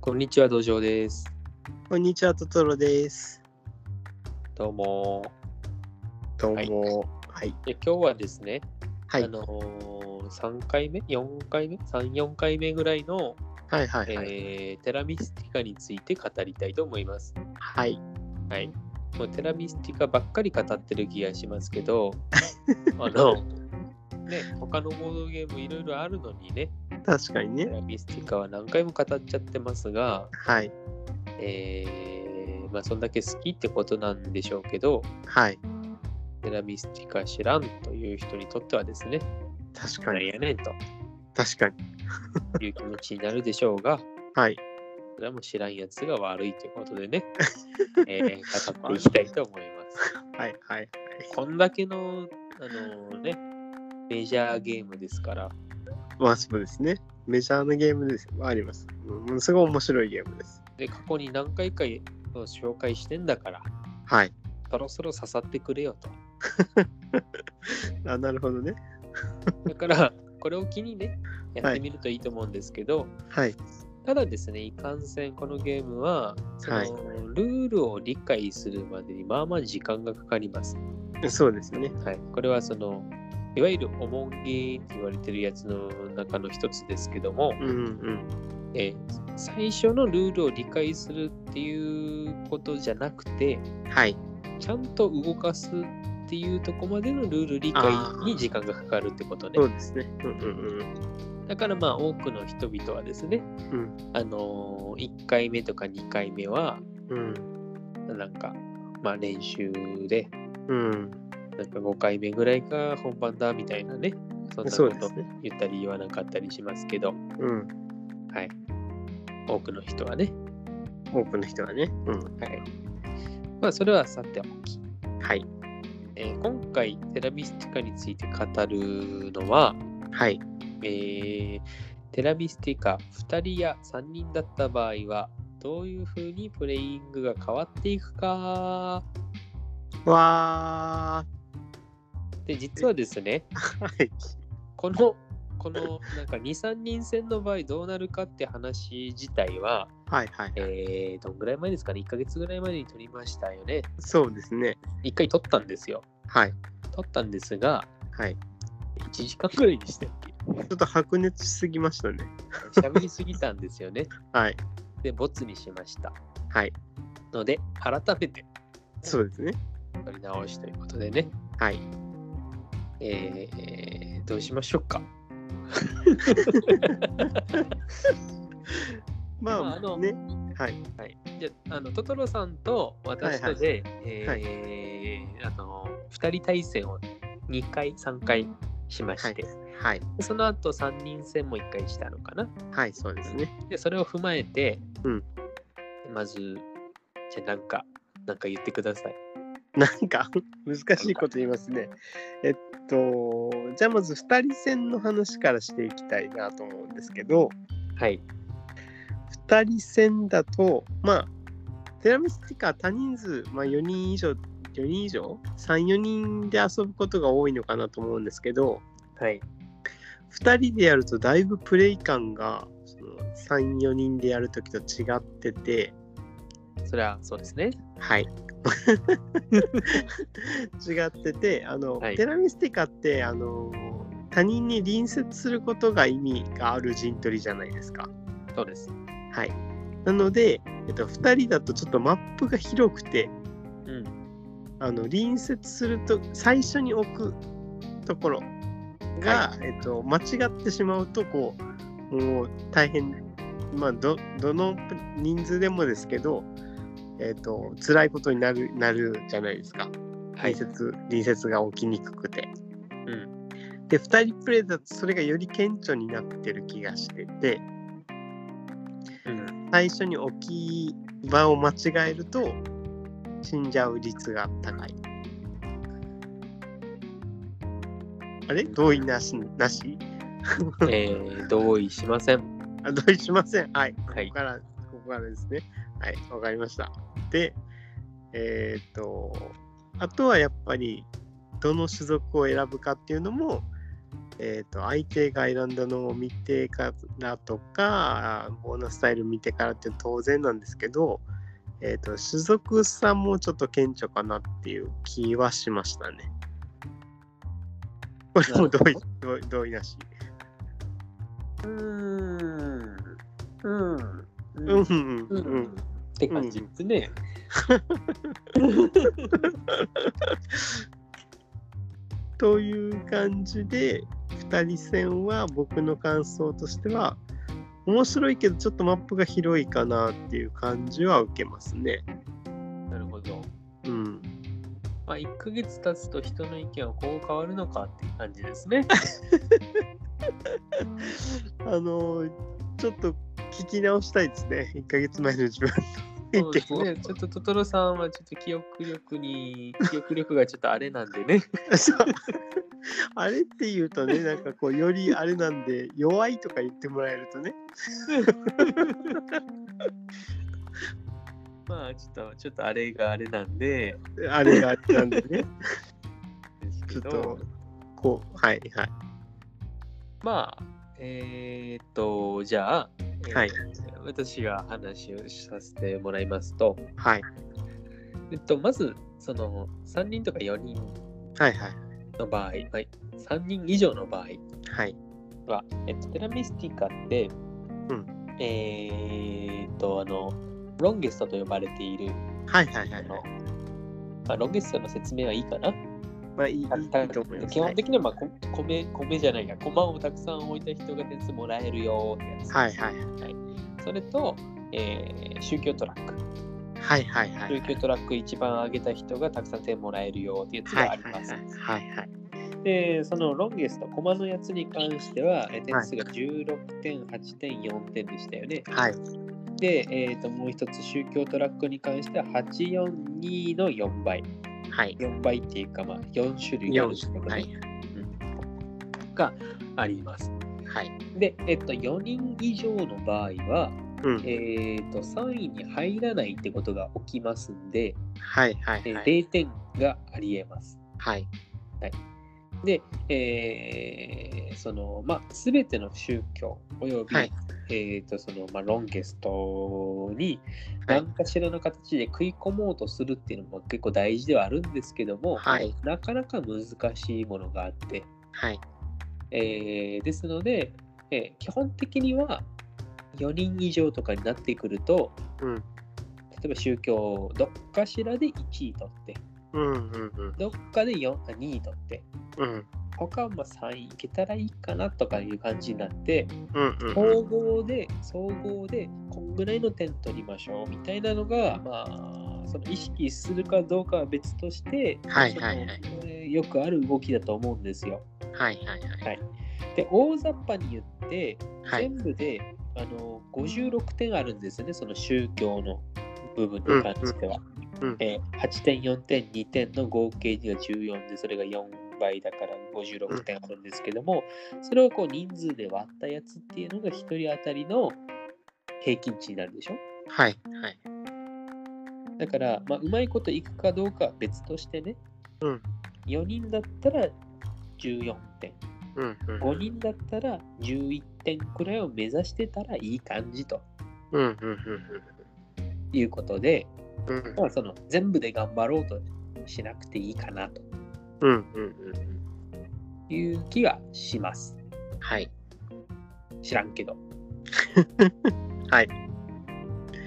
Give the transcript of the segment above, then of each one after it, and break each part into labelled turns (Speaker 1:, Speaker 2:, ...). Speaker 1: こんにちは、土壌です。
Speaker 2: こんにちは、トトロです。
Speaker 1: どうも
Speaker 2: どうも。はい。
Speaker 1: ー。で今日はですね、
Speaker 2: はい
Speaker 1: あ。のー、3回目 ?4 回目 ?3、4回目ぐらいの、
Speaker 2: はい。はい。はい。
Speaker 1: えーテラミスティカについて語りたいと思います。
Speaker 2: はい。
Speaker 1: はい。もうテラミスティカばっかり語ってる気がしますけ ど、あの、ね、他のボードゲームいろいろあるのにね、
Speaker 2: 確かに
Speaker 1: テ
Speaker 2: ね。
Speaker 1: ラミスティカは何回も語っちゃってますが、
Speaker 2: はい。
Speaker 1: えー、まあそんだけ好きってことなんでしょうけど、
Speaker 2: はい。
Speaker 1: テラミスティカ知らんという人にとってはですね、
Speaker 2: 確か
Speaker 1: なん
Speaker 2: に。
Speaker 1: やねんと
Speaker 2: 確かに。
Speaker 1: いう気持ちになるでしょうが、
Speaker 2: はい。
Speaker 1: それはもう知らんやつが悪いということでね、 えー語っていきたいと思います。
Speaker 2: はい。はい。
Speaker 1: こんだけの、あのね、メジャーゲームですから、
Speaker 2: まあ、そうですね。メジャーのゲームです。あります。うんものすごい面白いゲームです。
Speaker 1: で過去に何回か紹介してんだから、
Speaker 2: はい。
Speaker 1: そろそろ刺さってくれよと。
Speaker 2: あ、なるほどね。
Speaker 1: だから、 これを機にね、やってみるといいと思うんですけど、
Speaker 2: はい。
Speaker 1: ただですね、いかんせんこのゲームは、その
Speaker 2: はい
Speaker 1: ルールを理解するまでにまあまあ時間がかかります。
Speaker 2: そうですね。
Speaker 1: はい、これはその、いわゆるおもんげって言われてるやつの中の一つですけども、
Speaker 2: うん。うん。
Speaker 1: えー最初のルールを理解するっていうことじゃなくて、
Speaker 2: はい。
Speaker 1: ちゃんと動かすっていうとこまでのルール理解に時間がかかるってことね
Speaker 2: そう。ですね。うん。うん。
Speaker 1: だからまあ多くの人々はですね、
Speaker 2: うん
Speaker 1: あのー、1回目とか2回目は、
Speaker 2: うん。
Speaker 1: なんか、まあ練習で、
Speaker 2: うん。うん。
Speaker 1: なんか5回目ぐらいが本番だみたいなね、そんな
Speaker 2: そう
Speaker 1: こ
Speaker 2: で
Speaker 1: と
Speaker 2: すね。
Speaker 1: 言ったり言わなかったりしますけど、
Speaker 2: うん。
Speaker 1: はい。多くの人はね。
Speaker 2: 多くの人はね。うん。
Speaker 1: はい。まあそれはさておき、
Speaker 2: はい。
Speaker 1: えー今回テラミスティカについて語るのは、
Speaker 2: はい。
Speaker 1: えーテラミスティカ2人や3人だった場合は、どういう風にプレイングが変わっていくか。
Speaker 2: わ
Speaker 1: で、実はですね、
Speaker 2: ー。はい。
Speaker 1: この、このなんか2、3人戦の場合どうなるかって話自体は、
Speaker 2: はい。はい。
Speaker 1: えー、どんぐらい前ですかね、1ヶ月ぐらい前に撮りましたよね。
Speaker 2: そうですね。
Speaker 1: 1回撮ったんですよ。
Speaker 2: はい。
Speaker 1: 撮ったんですが、
Speaker 2: はい。
Speaker 1: 1時間ぐらいにしたっ
Speaker 2: ちょっと白熱しすぎましたね。
Speaker 1: け喋りすぎたんですよね。
Speaker 2: はい。
Speaker 1: で、ボツにしました。
Speaker 2: はい。
Speaker 1: ので、改めて
Speaker 2: そうですね。
Speaker 1: 撮り直しということでね、
Speaker 2: はい。
Speaker 1: えーえーどうしましょうか。
Speaker 2: まあ、
Speaker 1: まああの
Speaker 2: ね。はい。
Speaker 1: はい、じゃああの、トトロさんと私とで、えーあの2人対戦を2回、3回しまして、
Speaker 2: はい。
Speaker 1: でその後3人戦も1回したのかな。
Speaker 2: はい、そうですね。
Speaker 1: で、それを踏まえて、
Speaker 2: うん
Speaker 1: まず、じゃあなんか、なんか言ってください。
Speaker 2: なんか 難しいこと言いますね。えっと、じゃあまず2人戦の話からしていきたいなと思うんですけど、
Speaker 1: はい。
Speaker 2: 2人戦だと、まあ、テラミスティカは多人数、まあ4人以上、4人以上 ?3、4人で遊ぶことが多いのかなと思うんですけど、
Speaker 1: はい。
Speaker 2: 2人でやるとだいぶプレイ感がその34人でやるときと違ってて
Speaker 1: それはそうですね。
Speaker 2: はい 違っててあの、
Speaker 1: はい
Speaker 2: テラミスティカってあの他人に隣接することが意味がある陣取りじゃないですか
Speaker 1: そうです。
Speaker 2: はいなので、えっと、2人だとちょっとマップが広くて
Speaker 1: うん。
Speaker 2: あの隣接すると最初に置くところが、えっと、間違ってしまうとこうもう大変まあどどの人数でもですけど、えっと辛いことになるなるじゃないですか
Speaker 1: はい
Speaker 2: 隣。接,、隣接が起きにくくて。
Speaker 1: うん。
Speaker 2: で2人プレイだとそれがより顕著になってる気がしてて
Speaker 1: うん。
Speaker 2: 最初に置き場を間違えると死んじゃう率が高い。あれ同意なしなし
Speaker 1: えー、同意しません。
Speaker 2: あ同意しません。はい。こ
Speaker 1: はい
Speaker 2: こから、ここからですね。はい。わかりました。で、えーっと、あとはやっぱり、どの種族を選ぶかっていうのも、えー、と相手が選んだのを見てからとかボーナスタイル見てからって当然なんですけど、えー、と種族差もちょっと顕著かなっていう気はしましたね。これも同意同意同意なし。
Speaker 1: うーん。うん。
Speaker 2: うんう。ん
Speaker 1: う。
Speaker 2: うんん
Speaker 1: って感じですね。
Speaker 2: という感じで2人戦は僕の感想としては面白いけどちょっとマップが広いかなっていう感じは受けますね。
Speaker 1: なるほど。
Speaker 2: うん、
Speaker 1: まあ、1ヶ月経つと人の意見はこう変わるのかっていう感じです ね。
Speaker 2: あのちょっと聞き直したいですね1ヶ月前の自分
Speaker 1: そ
Speaker 2: の
Speaker 1: う
Speaker 2: 意
Speaker 1: で
Speaker 2: 見
Speaker 1: す
Speaker 2: を。
Speaker 1: ね。ちょっとトトロさんはちょっと記憶力に、記憶力がちょっとあれなんでね。
Speaker 2: そう あれって言うとねなんかこうよりあれなんで弱いとか言ってもらえるとね
Speaker 1: まあ、ちょっと、ちょっとあれがあれなんで、
Speaker 2: あれがあったんでね
Speaker 1: です
Speaker 2: ち ょ
Speaker 1: けど
Speaker 2: っとこうはいはい
Speaker 1: まあ、えーっと、じゃあ、えー
Speaker 2: はい
Speaker 1: 私が話をさせてもらいますと、
Speaker 2: はい
Speaker 1: えっと、まず、その、3人とか4人
Speaker 2: はいはい
Speaker 1: の場合、はい、3人以上の場合
Speaker 2: はい
Speaker 1: は、えっと、テラミスティカって、
Speaker 2: うん
Speaker 1: えーっと、あの、ロンゲストと呼ばれている、
Speaker 2: はいはいは
Speaker 1: あ
Speaker 2: い
Speaker 1: の
Speaker 2: はい
Speaker 1: まあ、ロンゲストの説明はいいかな
Speaker 2: まあいいいいと思います
Speaker 1: 基
Speaker 2: は
Speaker 1: 本
Speaker 2: い
Speaker 1: 的には、まあ、こ米、米じゃないや、コマをたくさん置いた人が鉄もらえるよってやつ。
Speaker 2: はいはい
Speaker 1: それと、えー宗教トラック。
Speaker 2: はいはいはいはい
Speaker 1: 宗教トラック一番上げた人がたくさん点もらえるよっていうやつがあります。
Speaker 2: はいはい
Speaker 1: で、そのロンゲスト、コマのやつに関しては、えー点数が16点、8点、4点でしたよね。
Speaker 2: はい
Speaker 1: で、えーともう一つ、宗教トラックに関しては、842の4倍。
Speaker 2: はい
Speaker 1: 4倍っていうか、まあ、4種類ある
Speaker 2: 四
Speaker 1: んですけどね
Speaker 2: はい
Speaker 1: があります。
Speaker 2: はい
Speaker 1: で、えっと、4人以上の場合は、
Speaker 2: うん
Speaker 1: えっと、3位に入らないってことが起きますんで、
Speaker 2: はいはい
Speaker 1: えー
Speaker 2: はい
Speaker 1: 0点がありえます。
Speaker 2: はい
Speaker 1: で、えーその、まあ、すべての宗教および、
Speaker 2: はい
Speaker 1: えっと、その、まあ、ロンゲストに
Speaker 2: はい
Speaker 1: 何かしらの形で食い込もうとするっていうのも結構大事ではあるんですけども、
Speaker 2: はい
Speaker 1: なかなか難しいものがあって、
Speaker 2: はい
Speaker 1: えーですので、えー基本的には4人以上とかになってくると、
Speaker 2: うん
Speaker 1: 例えば宗教どっかしらで1位取って
Speaker 2: うんうんうん
Speaker 1: どっかで4あ2位取って
Speaker 2: うん
Speaker 1: 他はまあ3位いけたらいいかなとかいう感じになって
Speaker 2: うんうんうん
Speaker 1: 総合で総合でこんぐらいの点取りましょうみたいなのがまあその意識するかどうかは別として、
Speaker 2: はいはいはい
Speaker 1: そのえーよくある動きだと思うんですよ。
Speaker 2: はいはいはい
Speaker 1: で大雑把に言って
Speaker 2: はい
Speaker 1: 全部であの56点あるんですよね、その宗教の部分
Speaker 2: うん
Speaker 1: に関しては。
Speaker 2: うんうん
Speaker 1: えー8点、4点、2点の合計が14で、それが4倍だから56点あるんですけども、それをこう人数で割ったやつっていうのが1人当たりの平均値になるでしょ。
Speaker 2: はいはい
Speaker 1: だから、まあ、うまいこといくかどうかは別としてね、
Speaker 2: うん
Speaker 1: 4人だったら14点、
Speaker 2: うんうん
Speaker 1: 5人だったら11点くらいを目指してたらいい感じと
Speaker 2: うんうんうん
Speaker 1: いうことで、
Speaker 2: うんうん
Speaker 1: まあ、その全部で頑張ろうとしなくていいかなと
Speaker 2: うんうんうん
Speaker 1: いう気がします。
Speaker 2: はい
Speaker 1: 知らんけど。
Speaker 2: はい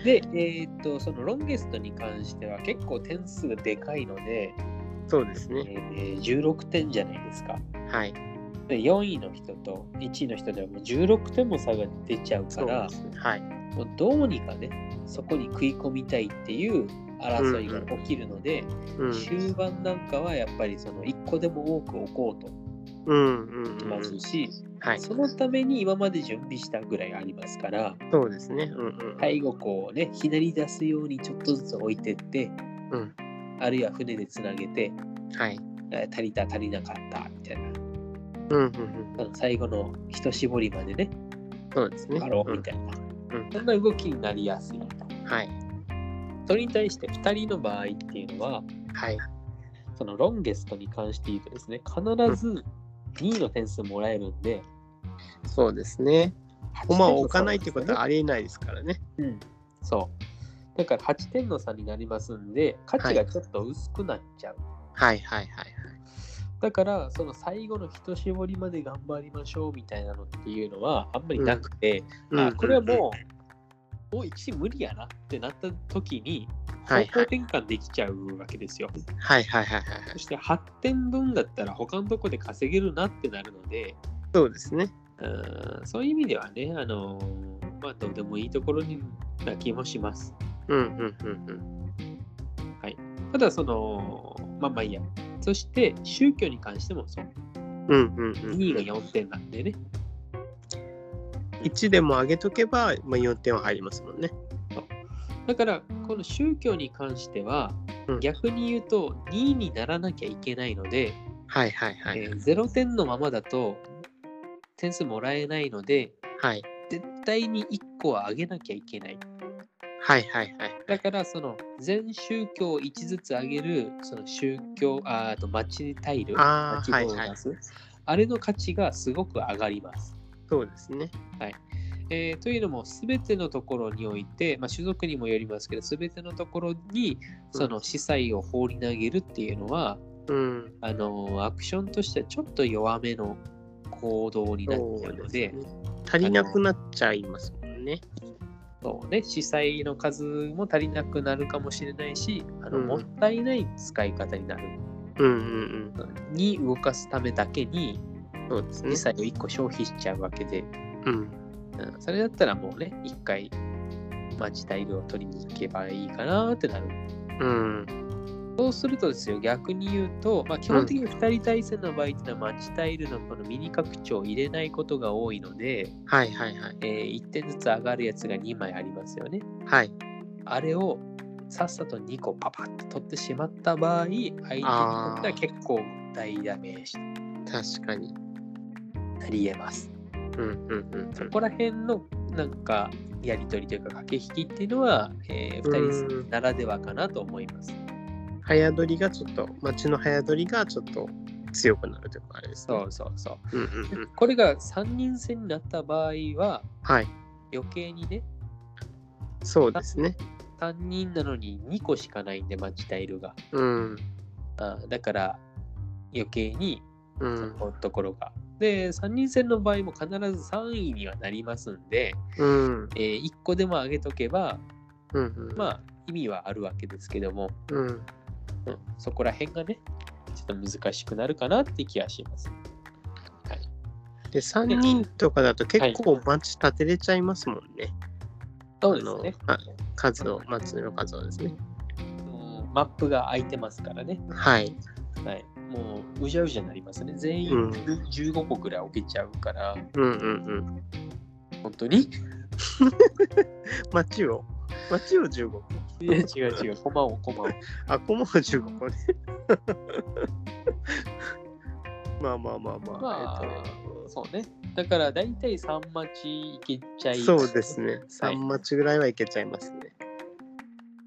Speaker 1: で、えーっと、そのロンゲストに関しては結構点数がでかいので、
Speaker 2: そうです
Speaker 1: え
Speaker 2: ね
Speaker 1: ー16点じゃないですか。
Speaker 2: はい
Speaker 1: で、4位の人と1位の人ではもう16点も差が出ちゃうか
Speaker 2: そう
Speaker 1: ら
Speaker 2: で、すねはい
Speaker 1: もうどうにかね、そこに食い込みたいっていう争いが起きるので、
Speaker 2: うん
Speaker 1: 終盤なんかはやっぱりその1個でも多く置こうと
Speaker 2: うんうん
Speaker 1: し
Speaker 2: うんう
Speaker 1: ま
Speaker 2: ん
Speaker 1: すし、
Speaker 2: はい
Speaker 1: そのために今まで準備したぐらいありますから、
Speaker 2: そうですねうんうん
Speaker 1: 背後こうね、ひねり出すようにちょっとずつ置いてって、
Speaker 2: うん
Speaker 1: あるいは船でつなげて、
Speaker 2: はい
Speaker 1: えー足りた足りなかったみたいな、
Speaker 2: うんうんうん
Speaker 1: その最後の一絞りまでね、
Speaker 2: そうですね
Speaker 1: あろう
Speaker 2: うん
Speaker 1: みたいな、
Speaker 2: うん
Speaker 1: そんな動きになりやすいと。
Speaker 2: はい
Speaker 1: それに対して2人の場合っていうのは、
Speaker 2: はい
Speaker 1: そのロンゲストに関して言うとですね、必ず B の点数もらえるんで、
Speaker 2: そうですね。
Speaker 1: 8
Speaker 2: 駒を
Speaker 1: 点の
Speaker 2: 置
Speaker 1: 差
Speaker 2: か
Speaker 1: な
Speaker 2: なんいっ
Speaker 1: で
Speaker 2: て
Speaker 1: す
Speaker 2: こ
Speaker 1: よね
Speaker 2: とはありえないですからね。
Speaker 1: うん、そう。だから8点の差になりますんで、価値がちょっと薄くなっちゃう。
Speaker 2: はいはいはいはい。
Speaker 1: だから、その最後の一絞りまで頑張りましょうみたいなのっていうのはあんまりなくて、あこれはもう、もう1無理やなってなった時に、
Speaker 2: は
Speaker 1: 方
Speaker 2: い
Speaker 1: 向
Speaker 2: はい
Speaker 1: 転換できちゃうわけですよ。
Speaker 2: うん、はいはいはいはいはい
Speaker 1: そ。して8点分だったら他のとこで稼げるなってなるので、
Speaker 2: そうですね。
Speaker 1: うんそういう意味ではね、あのーまあ、どうでもいいところにな気もします。
Speaker 2: うんうんうんうん。
Speaker 1: ただ、その、まあまあいいや。そして、宗教に関してもそう、
Speaker 2: うんうんうん。
Speaker 1: 2位が4点なんでね。
Speaker 2: 1でも上げとけば、まあ、4点は入りますもんね。
Speaker 1: だから、この宗教に関しては
Speaker 2: うん、
Speaker 1: 逆に言うと2位にならなきゃいけないので、
Speaker 2: はいはいはい。
Speaker 1: えー0点のままだと点数もらえないので、
Speaker 2: はい
Speaker 1: 絶対に1個は上げなきゃいけない。
Speaker 2: はいはいはい。
Speaker 1: だからその全宗教を1ずつ上げるその宗教あーあと町タイル
Speaker 2: あ
Speaker 1: 町
Speaker 2: ー
Speaker 1: ボ
Speaker 2: はい
Speaker 1: ー
Speaker 2: はい
Speaker 1: ナ。スあれの価値がすごく上がります。
Speaker 2: そうですね。
Speaker 1: えーというのも全てのところにおいて、まあ、種族にもよりますけど全てのところに
Speaker 2: うん
Speaker 1: その司祭を放り投げるっていうのは、
Speaker 2: うん。
Speaker 1: あのーアクションとしてはちょっと弱めの行動になっちゃうので
Speaker 2: そうすね足りなくなっちゃいますもんね。
Speaker 1: そうね、司祭の数も足りなくなるかもしれないしあの、
Speaker 2: うん
Speaker 1: もったいない使い方になる
Speaker 2: うんうん
Speaker 1: に動かすためだけに
Speaker 2: うん。そうですね
Speaker 1: 2。歳を1個消費しちゃうわけで、
Speaker 2: うん。
Speaker 1: うんそれだったらもうね1回まあ自体量を取りに行けばいいかなってなる
Speaker 2: うん。
Speaker 1: そうするとですよ逆に言うと、まあ、基本的に2人対戦の場合っていうのはマチタイルのこのミニ拡張を入れないことが多いので、
Speaker 2: はいはいはい。
Speaker 1: え1点ずつ上がるやつが2枚ありますよね
Speaker 2: はい。
Speaker 1: あれをさっさと2個パパッと取ってしまった場合相手にとって
Speaker 2: あ
Speaker 1: は
Speaker 2: ー
Speaker 1: 結構大ダメージ
Speaker 2: 確かに。
Speaker 1: となり得ます
Speaker 2: うんうんうんうん。
Speaker 1: そこら辺のなんかやり取りというか駆け引きっていうのは、えー、
Speaker 2: うん
Speaker 1: 2人ならではかなと思います。
Speaker 2: 早取りがちょっと、街の早取りがちょっと強くなるというか、あれです
Speaker 1: そ
Speaker 2: ね。
Speaker 1: うそうそう。
Speaker 2: うんうんうん。
Speaker 1: これが3人制になった場合は
Speaker 2: はい。
Speaker 1: 余計にね
Speaker 2: そうですね。
Speaker 1: 3人なのに2個しかないんでマッチタイルが。
Speaker 2: うん。
Speaker 1: あだから余計に
Speaker 2: う
Speaker 1: そ
Speaker 2: ん。
Speaker 1: このところが。で3人戦の場合も必ず3位にはなりますんで、
Speaker 2: うん。
Speaker 1: え1個でも上げとけば
Speaker 2: うんうん。
Speaker 1: まあ意味はあるわけですけども。
Speaker 2: うん。
Speaker 1: うん、そこら辺がね、ちょっと難しくなるかなって気がします。
Speaker 2: で、3人とかだと結構街立てれちゃいますもんね。
Speaker 1: そうですね。
Speaker 2: あのあ数を、街の数をですね。
Speaker 1: うんマップが空いてますからね。
Speaker 2: はい。
Speaker 1: はい。もう、うじゃうじゃになりますね。全員
Speaker 2: うん
Speaker 1: 15個ぐらい置けちゃうから、
Speaker 2: うんうんうん。
Speaker 1: 本当に い
Speaker 2: 街を、街を15個。
Speaker 1: や、違う違う。駒を、駒を。
Speaker 2: あ、コマは15個ね。 まあまあまあまあ。
Speaker 1: まあ
Speaker 2: えっと、
Speaker 1: そうね。だから、大体3町行けちゃい
Speaker 2: そうですね。
Speaker 1: は
Speaker 2: 3
Speaker 1: い、
Speaker 2: マッチぐらいはいけちゃいますね。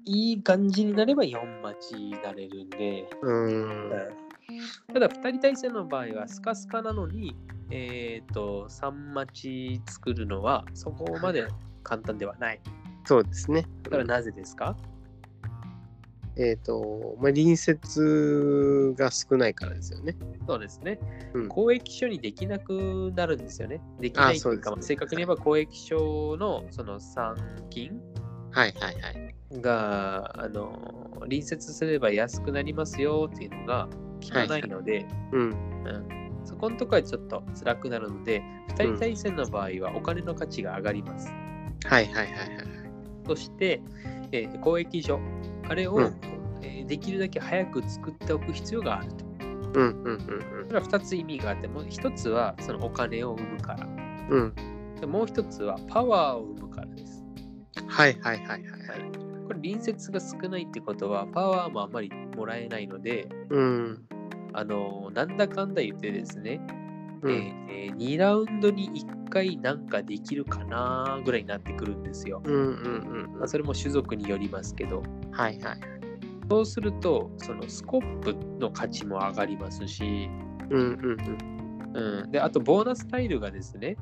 Speaker 1: いい感じになれば4町になれるんで、
Speaker 2: うーん。
Speaker 1: ただ2人対戦の場合はスカスカなのに、えー、と3待ち作るのはそこまで簡単ではない。
Speaker 2: そうですね。
Speaker 1: だからなぜですか
Speaker 2: えっ、と、まあ、隣接が少ないからですよね。
Speaker 1: そうですね。
Speaker 2: うん
Speaker 1: 公益書にできなくなるんですよね。できないというか、
Speaker 2: あそうです
Speaker 1: 正
Speaker 2: ね
Speaker 1: 確に言えば公益書のその参金
Speaker 2: はいはいはい。
Speaker 1: があの隣接すれば安くなりますよっていうのが聞かないので、
Speaker 2: うん。
Speaker 1: そこのところはちょっと辛くなるので2人対戦の場合はお金の価値が上がります。
Speaker 2: はいはいはいはい。
Speaker 1: そして、えー公益所、あれを、
Speaker 2: うん
Speaker 1: えーできるだけ早く作っておく必要があると。
Speaker 2: うんうん
Speaker 1: それは2つ意味があって、もう1つはそのお金を生むから、
Speaker 2: うんうん。
Speaker 1: でもう1つはパワーを生むからです。
Speaker 2: うん。はいはいはいはい。はい、
Speaker 1: これ、隣接が少ないってことは、パワーもあまりもらえないので、
Speaker 2: うん。
Speaker 1: あのーなんだかんだ言ってですね、
Speaker 2: う
Speaker 1: え
Speaker 2: ん。
Speaker 1: ーえ2ラウンドに1回なんかできるかなぐらいになってくるんですよ。
Speaker 2: うんうんう
Speaker 1: まあ
Speaker 2: ん。
Speaker 1: それも種族によりますけど、
Speaker 2: はいはい。
Speaker 1: そうすると、そのスコップの価値も上がりますし、
Speaker 2: うんうんうん。
Speaker 1: うん、であとボーナスタイルがですね、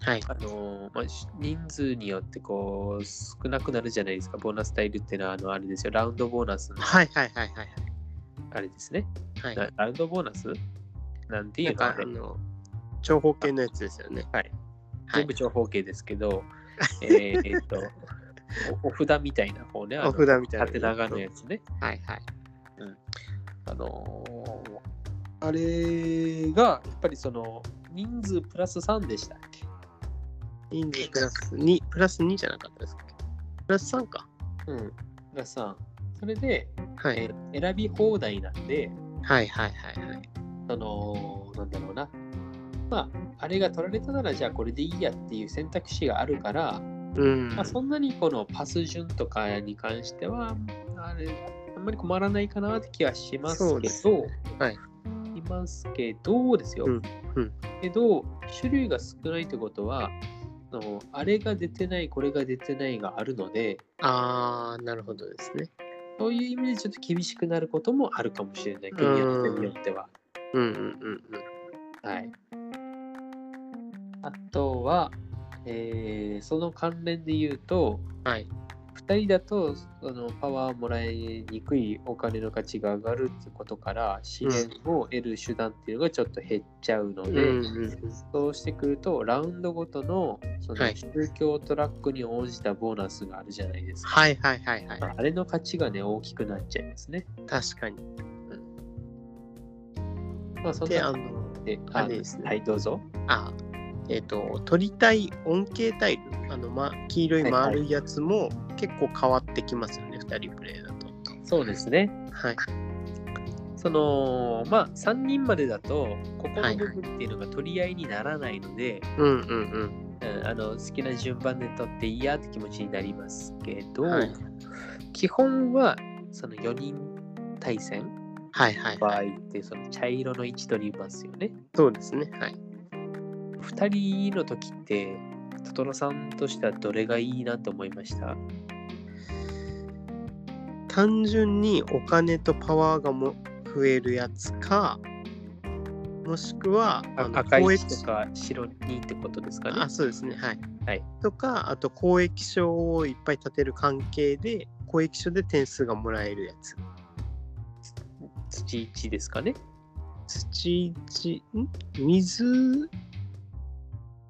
Speaker 2: はい。
Speaker 1: あのーまあ、し人数によってこう少なくなるじゃないですかボーナスタイルってのはあのあれですよラウンドボーナスの
Speaker 2: はいはいはいはい
Speaker 1: あれですね、
Speaker 2: はい。は
Speaker 1: ララウンドボーナスなんて
Speaker 2: い、
Speaker 1: い
Speaker 2: な
Speaker 1: うんの
Speaker 2: か
Speaker 1: あ
Speaker 2: あ
Speaker 1: れ
Speaker 2: の長方形のやつですよね。
Speaker 1: はい、
Speaker 2: は
Speaker 1: 全
Speaker 2: い
Speaker 1: 部。長方形ですけ ど、えーえーっとおお札みたいな方ねあの
Speaker 2: お札みたいな。
Speaker 1: 縦長のやつね
Speaker 2: はいはい。
Speaker 1: あのーあれがやっぱりその人数プラス3でしたっけ
Speaker 2: 人数プラス2、プラス2じゃなかったですかプラス3か。
Speaker 1: うんプラス3それで、
Speaker 2: は
Speaker 1: え
Speaker 2: い。
Speaker 1: ー選び放題なんで、
Speaker 2: はいはいはいはい。
Speaker 1: その、なんだろうな。まあ、あれが取られたなら、じゃあこれでいいやっていう選択肢があるから、
Speaker 2: うん。
Speaker 1: まあ、そんなにこのパス順とかに関しては、あれ、あんまり困らないかなって気はします
Speaker 2: そう
Speaker 1: け
Speaker 2: です
Speaker 1: ど、
Speaker 2: ねはい
Speaker 1: いますけどですよ。
Speaker 2: うんうん
Speaker 1: けど、種類が少ないってことは、あのあれが出てない、これが出てないがあるので、
Speaker 2: あー、なるほどですね。
Speaker 1: そういう意味でちょっと厳しくなることもあるかもしれない、国やってによっては。
Speaker 2: うんうんうん
Speaker 1: はい。あとは、えーその関連で言うと、
Speaker 2: うん。はい。
Speaker 1: 2人だとあのパワーをもらいにくいお金の価値が上がるってことから、資源を得る手段っていうのがちょっと減っちゃうの
Speaker 2: うん
Speaker 1: で、
Speaker 2: うん。
Speaker 1: そうしてくると、ラウンドごとのその
Speaker 2: はい
Speaker 1: 宗教トラックに応じたボーナスがあるじゃないですか。
Speaker 2: はいはいはいはい。
Speaker 1: あれの価値がね、大きくなっちゃいますね。
Speaker 2: 確かに。
Speaker 1: まあ、そん
Speaker 2: で、あ
Speaker 1: な
Speaker 2: の、
Speaker 1: で
Speaker 2: あれですね
Speaker 1: はい、どうぞ。
Speaker 2: あ、えっ、と、取りたい恩恵タイル、あの、ま、黄色い丸いやつも結構変わってきますよね、二人プレイだと。
Speaker 1: そうですね。
Speaker 2: はい。
Speaker 1: そのまあ3人までだとここの
Speaker 2: はいはい
Speaker 1: 部分っていうのが取り合いにならないので、
Speaker 2: うんうん
Speaker 1: うんあの好きな順番で取っていいやって気持ちになりますけど、
Speaker 2: はい
Speaker 1: 基本はその4人対戦
Speaker 2: うん。はいはい。
Speaker 1: 場合ってその茶色の位置取りますよね。
Speaker 2: そうですね。はい。
Speaker 1: 2人の時ってトトロさんとしてはどれがいいなと思いました
Speaker 2: 単純にお金とパワーがも増えるやつか、もしくは、
Speaker 1: あ
Speaker 2: の
Speaker 1: 赤い
Speaker 2: 交
Speaker 1: 位置
Speaker 2: 易
Speaker 1: とか白にってことですかね。
Speaker 2: あ、そうですね。はい。
Speaker 1: はい
Speaker 2: とか、あと、交易所をいっぱい立てる関係で、交易所で点数がもらえるやつ。
Speaker 1: 土位置ですかね。
Speaker 2: 土、地、ん水、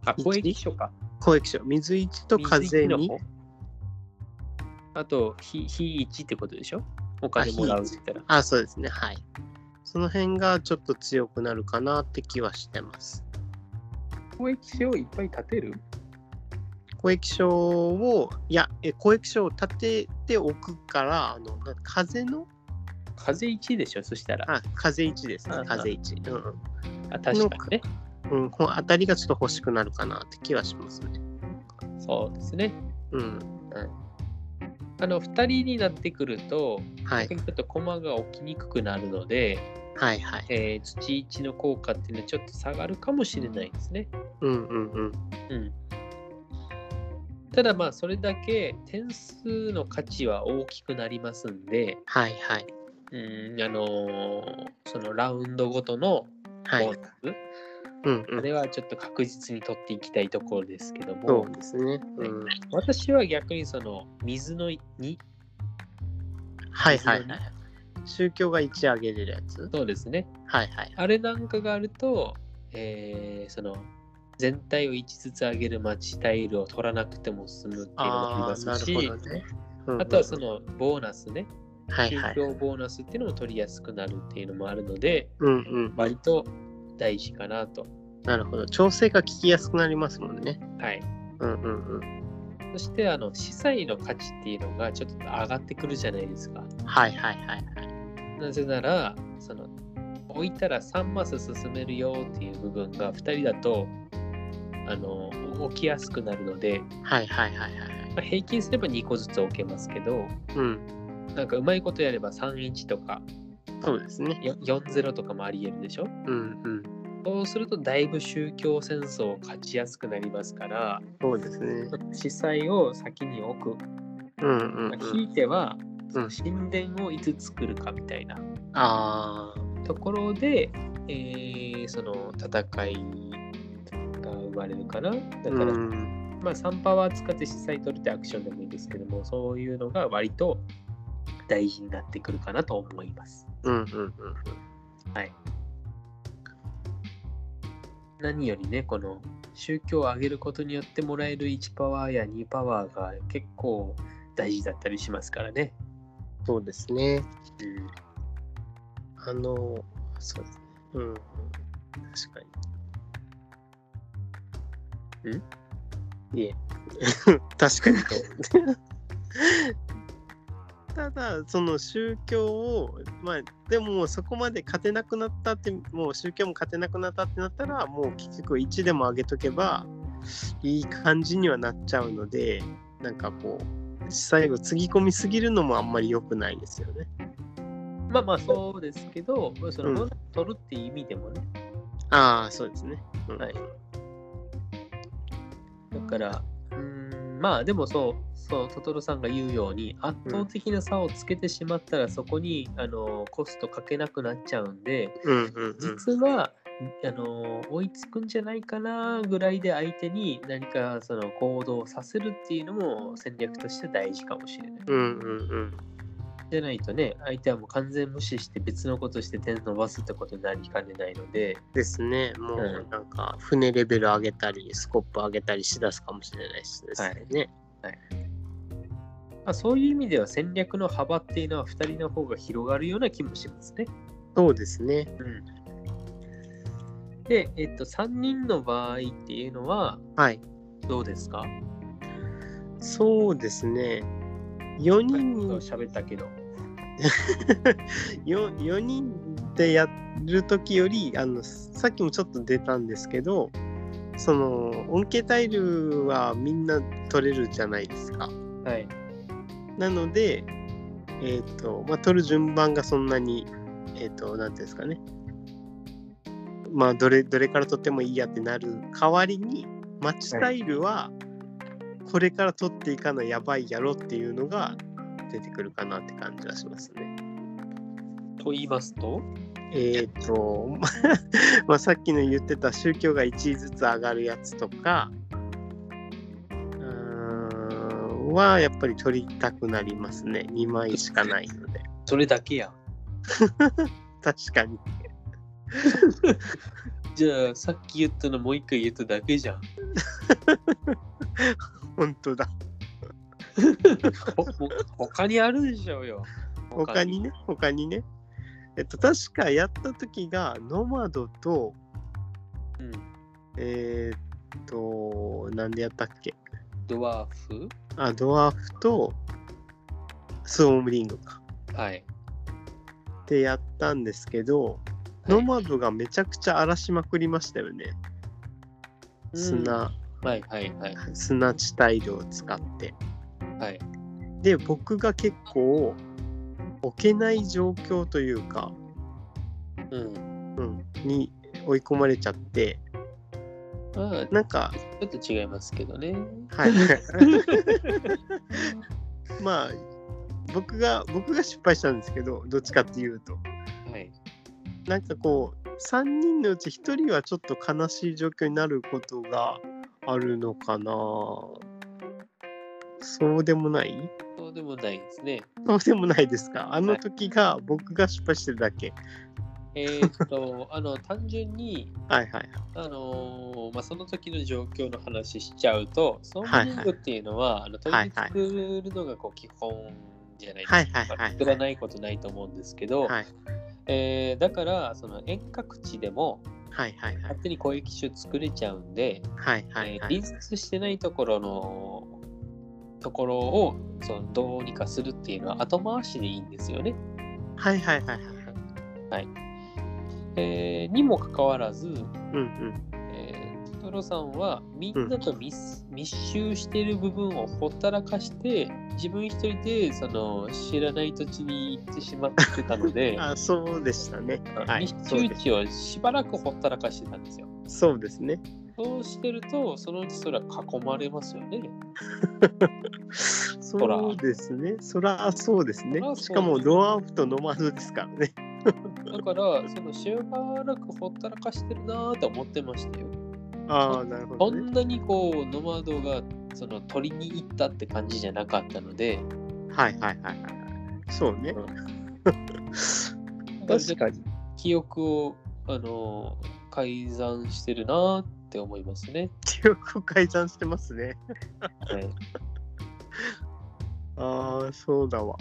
Speaker 1: あ、公益書か。
Speaker 2: 交易所、水1と風
Speaker 1: 水一
Speaker 2: に
Speaker 1: の方あと、非非1ってことでしょお金もらうって言ったら。
Speaker 2: あ、そうですね。はい。その辺がちょっと強くなるかなって気はしてます。
Speaker 1: 公益書をいっぱい立てる
Speaker 2: 交易所を、いや、え交易所を立てておくから、あの、な風の、
Speaker 1: 風1でしょそしたら。
Speaker 2: あ、風1ですね
Speaker 1: あ。
Speaker 2: 風1。うんうん
Speaker 1: あ、確かにね。
Speaker 2: うん、この当たりがちょっと欲しくなるかなって気はしますね。
Speaker 1: そうですね。
Speaker 2: うん。
Speaker 1: あの、2人になってくると、
Speaker 2: はい
Speaker 1: 逆。にちょっと駒が置きにくくなるので、
Speaker 2: はいはい。
Speaker 1: えー土1の効果っていうのはちょっと下がるかもしれないですね。
Speaker 2: うんうんうん。
Speaker 1: うん。ただまあ、それだけ点数の価値は大きくなりますんで、
Speaker 2: はいはい。
Speaker 1: うん、あのーそのラウンドごとの
Speaker 2: は
Speaker 1: ボ
Speaker 2: い
Speaker 1: ー。ナス
Speaker 2: うんう
Speaker 1: あ
Speaker 2: ん。
Speaker 1: れはちょっと確実に取っていきたいところですけど
Speaker 2: そ
Speaker 1: も
Speaker 2: う、ですね。うん。
Speaker 1: 私は逆にその水の2、
Speaker 2: はいはいはい。宗教が1上げれるやつ
Speaker 1: そうですね、
Speaker 2: はいはい。
Speaker 1: あれなんかがあると、えーその全体を5つ上げる町タイルを取らなくても済むっていうのもあ
Speaker 2: あ
Speaker 1: り
Speaker 2: あ、
Speaker 1: ま
Speaker 2: な
Speaker 1: す
Speaker 2: るほ
Speaker 1: し
Speaker 2: ど、ね。うんうん
Speaker 1: あとはそ、のボーナスね、
Speaker 2: はいは
Speaker 1: 宗
Speaker 2: い。
Speaker 1: 教ボーナスっていうのも取りやすくなるっていうのもあるので、
Speaker 2: うんうん。
Speaker 1: 割と大事かなと。
Speaker 2: なるほど。調整が効きやすくなりますもんね。
Speaker 1: はい
Speaker 2: うんうんうん。
Speaker 1: そしてあの資産の価値っていうのがちょっと上がってくるじゃないですか。
Speaker 2: はいはいはいはい。
Speaker 1: なぜならその置いたら3マス進めるよっていう部分が2人だとあの置きやすくなるので、
Speaker 2: はいはいはいはい。
Speaker 1: まあ、平均すれば2個ずつ置けますけど
Speaker 2: うん。
Speaker 1: なんかうまいことやれば31とか
Speaker 2: そうですね。
Speaker 1: よ40とかもありえるでしょ
Speaker 2: うんうん。
Speaker 1: そうするとだいぶ宗教戦争を勝ちやすくなりますから
Speaker 2: そうですね。
Speaker 1: 司祭を先に置く、
Speaker 2: うんうん
Speaker 1: まあ、
Speaker 2: う
Speaker 1: ひ
Speaker 2: ん。
Speaker 1: いては
Speaker 2: うん
Speaker 1: 神殿をいつ作るかみたいな
Speaker 2: ああ。
Speaker 1: ところで、えーでその戦いが生まれるかなだから、
Speaker 2: うん
Speaker 1: まあ、3パワー使って実際取るってアクションでもいいんですけどもそういうのが割と大事になってくるかなと思います
Speaker 2: うんうんうん
Speaker 1: はい何よりねこの宗教を上げることによってもらえる1パワーや2パワーが結構大事だったりしますからね
Speaker 2: そうですね
Speaker 1: うん
Speaker 2: あのそうですねうんうん確かにんい え確かにと ただその宗教をまあでももうそこまで勝てなくなったってもう宗教も勝てなくなったってなったらもう結局1でも上げとけばいい感じにはなっちゃうのでなんかこう最後つぎ込みすぎるのもあんまり良くないですよね。
Speaker 1: まあまあそうですけど、その
Speaker 2: うん
Speaker 1: 取るっていう意味でもね、
Speaker 2: ああそうですね。うん
Speaker 1: はいだから、うーん、まあでもそう、そう、トトロさんが言うように、圧倒的な差をつけてしまったら、そこに、あのコストかけなくなっちゃうんで、
Speaker 2: うんうんうん
Speaker 1: 実は、あの追いつくんじゃないかなぐらいで相手に何かその行動をさせるっていうのも戦略として大事かもしれない。
Speaker 2: うんうん
Speaker 1: じゃないとね相手はもう完全無視して別のことして点伸ばすってことになりかねないので、
Speaker 2: ですね。も
Speaker 1: う
Speaker 2: うなんか船レベル上げたりスコップ上げたりしだすかもしれないしですね。
Speaker 1: まあ、そういう意味では戦略の幅っていうのは2人の方が広がるような気もしますね。
Speaker 2: そうですね。
Speaker 1: で、えっと、3人の場合っていうのは
Speaker 2: はい。
Speaker 1: どうですか
Speaker 2: そうですね。4
Speaker 1: ?2
Speaker 2: 人
Speaker 1: 人と喋ったけど。
Speaker 2: よ4人でやる時よりあのさっきもちょっと出たんですけどその恩恵タイルはみんな取れるじゃないですか。
Speaker 1: はい。
Speaker 2: なので、えっ、と、まあ、取る順番がそんなに、えっ、と、なんていうんですかね。まあ、どれ、どれから取ってもいいやってなる代わりに、マッチタイルは、これから取っていかなやばいやろっていうのが出てくるかなって感じはしますね。
Speaker 1: と言いますと
Speaker 2: えっ、と、 まあまあ、さっきの言ってた宗教が1位ずつ上がるやつとか、うーんはやっぱり取りたくなりますね。2枚しかないので。
Speaker 1: それだけや。
Speaker 2: 確かに。
Speaker 1: じゃあさっき言ったのもう一回言っただけじゃん。
Speaker 2: 本当だ。
Speaker 1: ほ ほ他にあるでしょうよ。
Speaker 2: 他にね、他にね。えっと、確かやった時が、ノマドと、
Speaker 1: うん、
Speaker 2: えーっと、なんでやったっけ
Speaker 1: ドワーフ
Speaker 2: あ、ドワーフと、スウォームリングか。
Speaker 1: はい。
Speaker 2: でやったんですけど、ノマドがめちゃくちゃ荒らしまくりましたよね。砂、
Speaker 1: はいはいはい
Speaker 2: 砂地帯路を使って。
Speaker 1: はい。
Speaker 2: で、僕が結構、置けない状況というか、
Speaker 1: うん。
Speaker 2: うん、に追い込まれちゃって、
Speaker 1: まあ、
Speaker 2: なんか、
Speaker 1: ちょっと違いますけどね。
Speaker 2: はい。 まあ、僕が、僕が失敗したんですけど、どっちかっていうと。
Speaker 1: はい。
Speaker 2: なんかこう、3人のうち1人はちょっと悲しい状況になることがあるのかな。そうでもない
Speaker 1: そうでもないですね。
Speaker 2: そうでもないですか。あ
Speaker 1: は
Speaker 2: の
Speaker 1: い
Speaker 2: 時が僕が失敗してるだけ。
Speaker 1: えーっ と、あの、単純に、
Speaker 2: はいはい。
Speaker 1: あのーまあ、その時の状況の話しちゃうと、ソングリングっていうのは、あの取
Speaker 2: はい
Speaker 1: り
Speaker 2: はい
Speaker 1: 作るのがこう基本じゃないですか。
Speaker 2: はいはいはいはい
Speaker 1: 作らないことないと思うんですけど、
Speaker 2: はい
Speaker 1: えーだから、その遠隔地でも
Speaker 2: はいはいはい
Speaker 1: 勝手に攻撃手作れちゃうんで、
Speaker 2: はいは
Speaker 1: え
Speaker 2: い
Speaker 1: ー
Speaker 2: はい
Speaker 1: 隣接してないところのところをそのどうにかするっていうのは後回しでいいんですよね。
Speaker 2: はいはいはいはい。
Speaker 1: えーにもかかわらず、
Speaker 2: うんうん。
Speaker 1: えートトロさんはみんなと密,、密集している部分をほったらかして自分一人でその知らない土地に行ってしまってたので、
Speaker 2: あ、そうでしたね。はい。
Speaker 1: 密
Speaker 2: そう
Speaker 1: 集
Speaker 2: です
Speaker 1: 地をしばらくほったらかしてたんですよ。
Speaker 2: そうですね。
Speaker 1: そうしてるとそのうちそれは囲まれますよね。
Speaker 2: そうですね。そらそうですね
Speaker 1: そらそう。
Speaker 2: しかもドワーフとノマドですからね。
Speaker 1: だから、そのしばらくほったらかしてるなーと思ってましたよ。
Speaker 2: ああ、なるほ
Speaker 1: そ
Speaker 2: ど、ね。
Speaker 1: んなにこう、ノマドがその取りに行ったって感じじゃなかったので、
Speaker 2: はいはいはいはい。そうね。確かに。
Speaker 1: 記憶を、あのー改ざんしてるなーって思いますね。
Speaker 2: 記憶を改ざんしてますね。
Speaker 1: はい、
Speaker 2: ああ、そうだわ。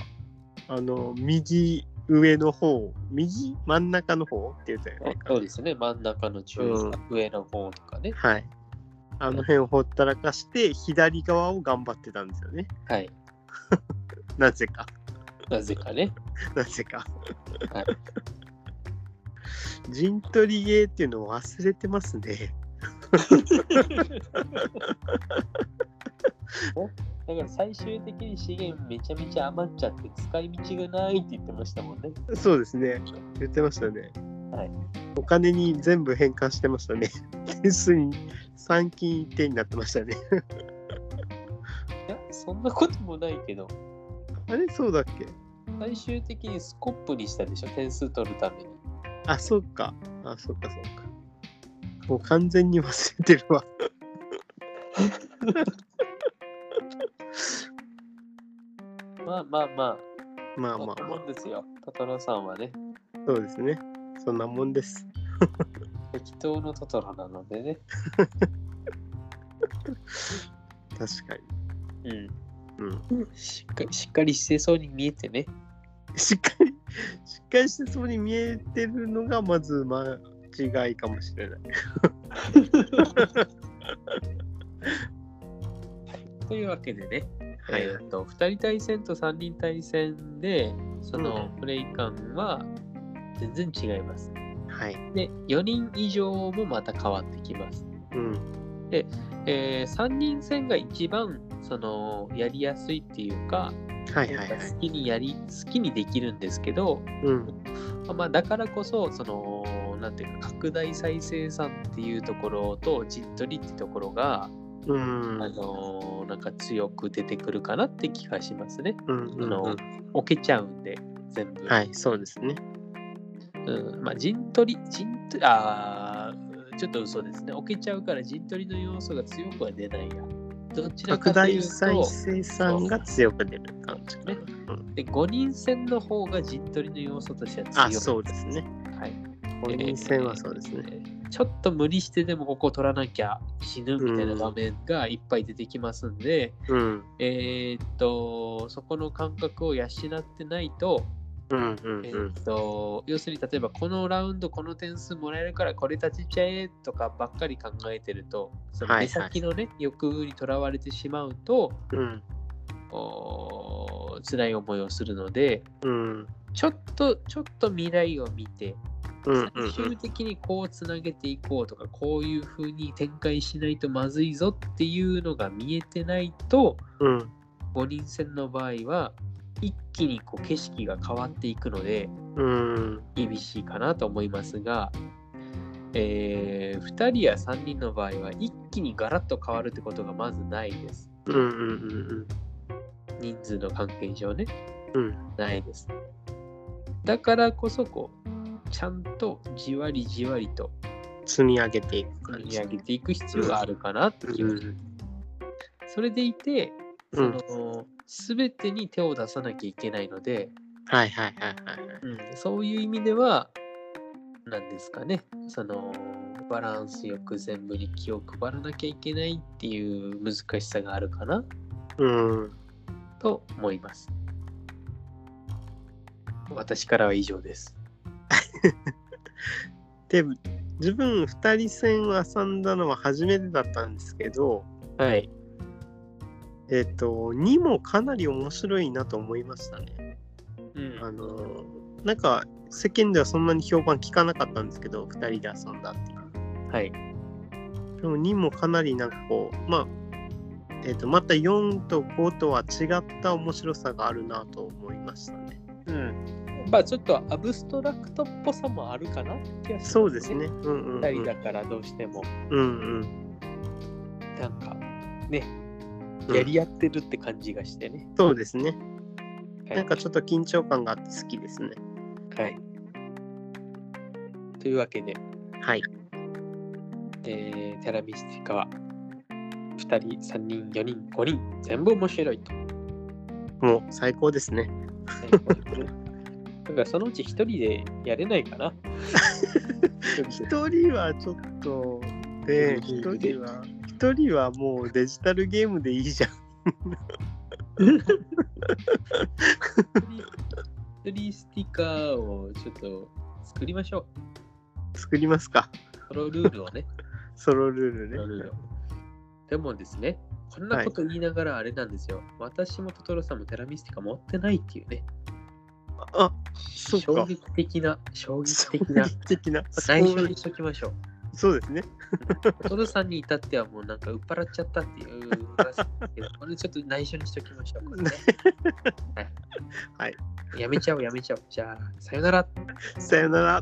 Speaker 2: あの、右上の方、右真ん中の方って言ったよね。
Speaker 1: そうですね、真ん中の中、
Speaker 2: うん
Speaker 1: 上の方とかね。
Speaker 2: はい。あの辺をほったらかして、左側を頑張ってたんですよね。
Speaker 1: はい、
Speaker 2: なぜか。
Speaker 1: なぜかね。
Speaker 2: なぜか。
Speaker 1: はい
Speaker 2: 陣取りゲーっていうのを忘れてますね。
Speaker 1: だから最終的に資源めちゃめちゃ余っちゃって使い道がないって言ってましたもんね。
Speaker 2: そうですね。言ってましたね。
Speaker 1: はい
Speaker 2: お金に全部変換してましたね。点数に3金一点になってましたね。
Speaker 1: いや、そんなこともないけど、
Speaker 2: あれそうだっけ
Speaker 1: 最終的にスコップにしたでしょ、点数取るために。
Speaker 2: あ、そうか。あ、そうか、そうか。もう完全に忘れてるわ。
Speaker 1: まあまあま
Speaker 2: まあ
Speaker 1: あ、
Speaker 2: ま
Speaker 1: ま
Speaker 2: あ
Speaker 1: あ、
Speaker 2: ま
Speaker 1: 思うんですよ。トトロさんはね、
Speaker 2: あ、そうですね。そんなもんです。
Speaker 1: 適当のトトロなのでね。
Speaker 2: 確かに。
Speaker 1: うん。
Speaker 2: うん。
Speaker 1: しっかりしっかりしてそうに見えてね。
Speaker 2: しっかり、しっかりしてそうに見えてるのが、まず間違いかもしれない。
Speaker 1: というわけでね、
Speaker 2: はい
Speaker 1: えーと2人対戦と3人対戦で、そのプレイ感は全然違います。
Speaker 2: はい。
Speaker 1: で、4人以上もまた変わってきます。
Speaker 2: うん。
Speaker 1: え3人戦が一番そのやりやすいっていうか、
Speaker 2: はいはいはい。
Speaker 1: 好きにやり好きにできるんですけど、
Speaker 2: うん。
Speaker 1: まあ、だからこそそのなんていうか拡大再生産っていうところとじっとりってところが、
Speaker 2: うん。
Speaker 1: あのーなんか強く出てくるかなって気がしますね。
Speaker 2: うん
Speaker 1: あ
Speaker 2: うん
Speaker 1: の
Speaker 2: うん。
Speaker 1: 置けちゃうんで全部。
Speaker 2: はい、そうですね。
Speaker 1: うんまあ、陣取り陣取りあーちょっと嘘ですね置けちゃうから陣取りの要素が強くは出ないや。どちら
Speaker 2: 拡
Speaker 1: かとい
Speaker 2: 大
Speaker 1: う
Speaker 2: 再
Speaker 1: と
Speaker 2: 生産が強く出る感じかな。
Speaker 1: ね
Speaker 2: うん
Speaker 1: で5人戦の方が陣取りの要素としては強い。
Speaker 2: あ、そうですね。
Speaker 1: はい
Speaker 2: 本人戦はそうですね。
Speaker 1: えーちょっと無理してでもここ取らなきゃ死ぬみたいな場面がいっぱい出てきますんで、
Speaker 2: うん。
Speaker 1: えーっとそこの感覚を養ってないと,、
Speaker 2: うんうん
Speaker 1: え
Speaker 2: うん
Speaker 1: ー。っと要するに例えばこのラウンドこの点数もらえるからこれ立ちちゃえとかばっかり考えてるとその
Speaker 2: は
Speaker 1: 目
Speaker 2: いはい
Speaker 1: 先のね、欲にとらわれてしまうと
Speaker 2: うん。
Speaker 1: おー辛い思いをするので
Speaker 2: うん。
Speaker 1: ちょっとちょっと未来を見て
Speaker 2: うんうんう
Speaker 1: 最終
Speaker 2: ん。
Speaker 1: 的にこうつなげていこうとかこういう風に展開しないとまずいぞっていうのが見えてないと
Speaker 2: うん。
Speaker 1: 5人戦の場合は一気にこう景色が変わっていくので
Speaker 2: うん。
Speaker 1: 厳しいかなと思いますが、え2人や3人の場合は一気にガラッと変わるってことがまずないです
Speaker 2: うんうんうん
Speaker 1: 人数の関係上ね
Speaker 2: うん。
Speaker 1: ないですだからこそこうちゃんとじわりじわりと
Speaker 2: 積み上げていく
Speaker 1: 積
Speaker 2: 感
Speaker 1: み
Speaker 2: じ
Speaker 1: 上。げていく必要があるかなって気
Speaker 2: う
Speaker 1: が
Speaker 2: ん。
Speaker 1: それでいて、
Speaker 2: う
Speaker 1: そ
Speaker 2: ん。
Speaker 1: の全てに手を出さなきゃいけないので、
Speaker 2: はいはいはいはいはい。
Speaker 1: そういう意味では何ですかねそのバランスよく全部に気を配らなきゃいけないっていう難しさがあるかな
Speaker 2: うん。
Speaker 1: と思います。私からは以上です。
Speaker 2: で、自分二人戦を遊んだのは初めてだったんですけど、
Speaker 1: はい。
Speaker 2: えっと、2もかなり面白いなと思いましたね。
Speaker 1: うん
Speaker 2: あのーなんか世間ではそんなに評判聞かなかったんですけど2人で遊んだっていう
Speaker 1: はい。
Speaker 2: でも2もかなりなんかこうまあえー、とまた4と5とは違った面白さがあるなと思いましたね。
Speaker 1: うん。まあちょっとアブストラクトっぽさもあるかなって気がします
Speaker 2: そうです。ね。うんうん、うん。
Speaker 1: 二人だからどうしても
Speaker 2: うんうん。
Speaker 1: なんかね
Speaker 2: うん
Speaker 1: やり合ってるって感じがしてね。
Speaker 2: そうですね。
Speaker 1: はい
Speaker 2: なんかちょっと緊張感があって好きですね。
Speaker 1: はい。というわけで、
Speaker 2: はい。
Speaker 1: えー、テラミスティカは2人、3人、4人、5人、全部面白いと。
Speaker 2: もう最高ですね。
Speaker 1: だからそのうち1人でやれないかな。
Speaker 2: 一人はちょっと、で、
Speaker 1: ゲ
Speaker 2: 一
Speaker 1: ームで
Speaker 2: 人は、一人はもうデジタルゲームでいいじゃん。
Speaker 1: 1人スティカーをちょっと作りましょう。
Speaker 2: 作りますか。
Speaker 1: このルールをね。
Speaker 2: ソロルー
Speaker 1: な
Speaker 2: ル
Speaker 1: る
Speaker 2: ね。
Speaker 1: ほどでもですね、こんなこと言いながらあれなんですよ。私もトトロさんもテラミスティカ持ってないっていうね、
Speaker 2: あ、そうか
Speaker 1: 衝撃的な、衝撃的な、
Speaker 2: 的な。
Speaker 1: 内
Speaker 2: そ
Speaker 1: 緒
Speaker 2: う
Speaker 1: にしときましょう。
Speaker 2: そうですね。
Speaker 1: トトロさんに至ってはもうなんか売っ払っちゃったっていう話ですけど、これちょっと内緒にしときましょう。これねはい
Speaker 2: はい。
Speaker 1: やめちゃおう、やめちゃおう。じゃあ、さよなら。
Speaker 2: さよなら。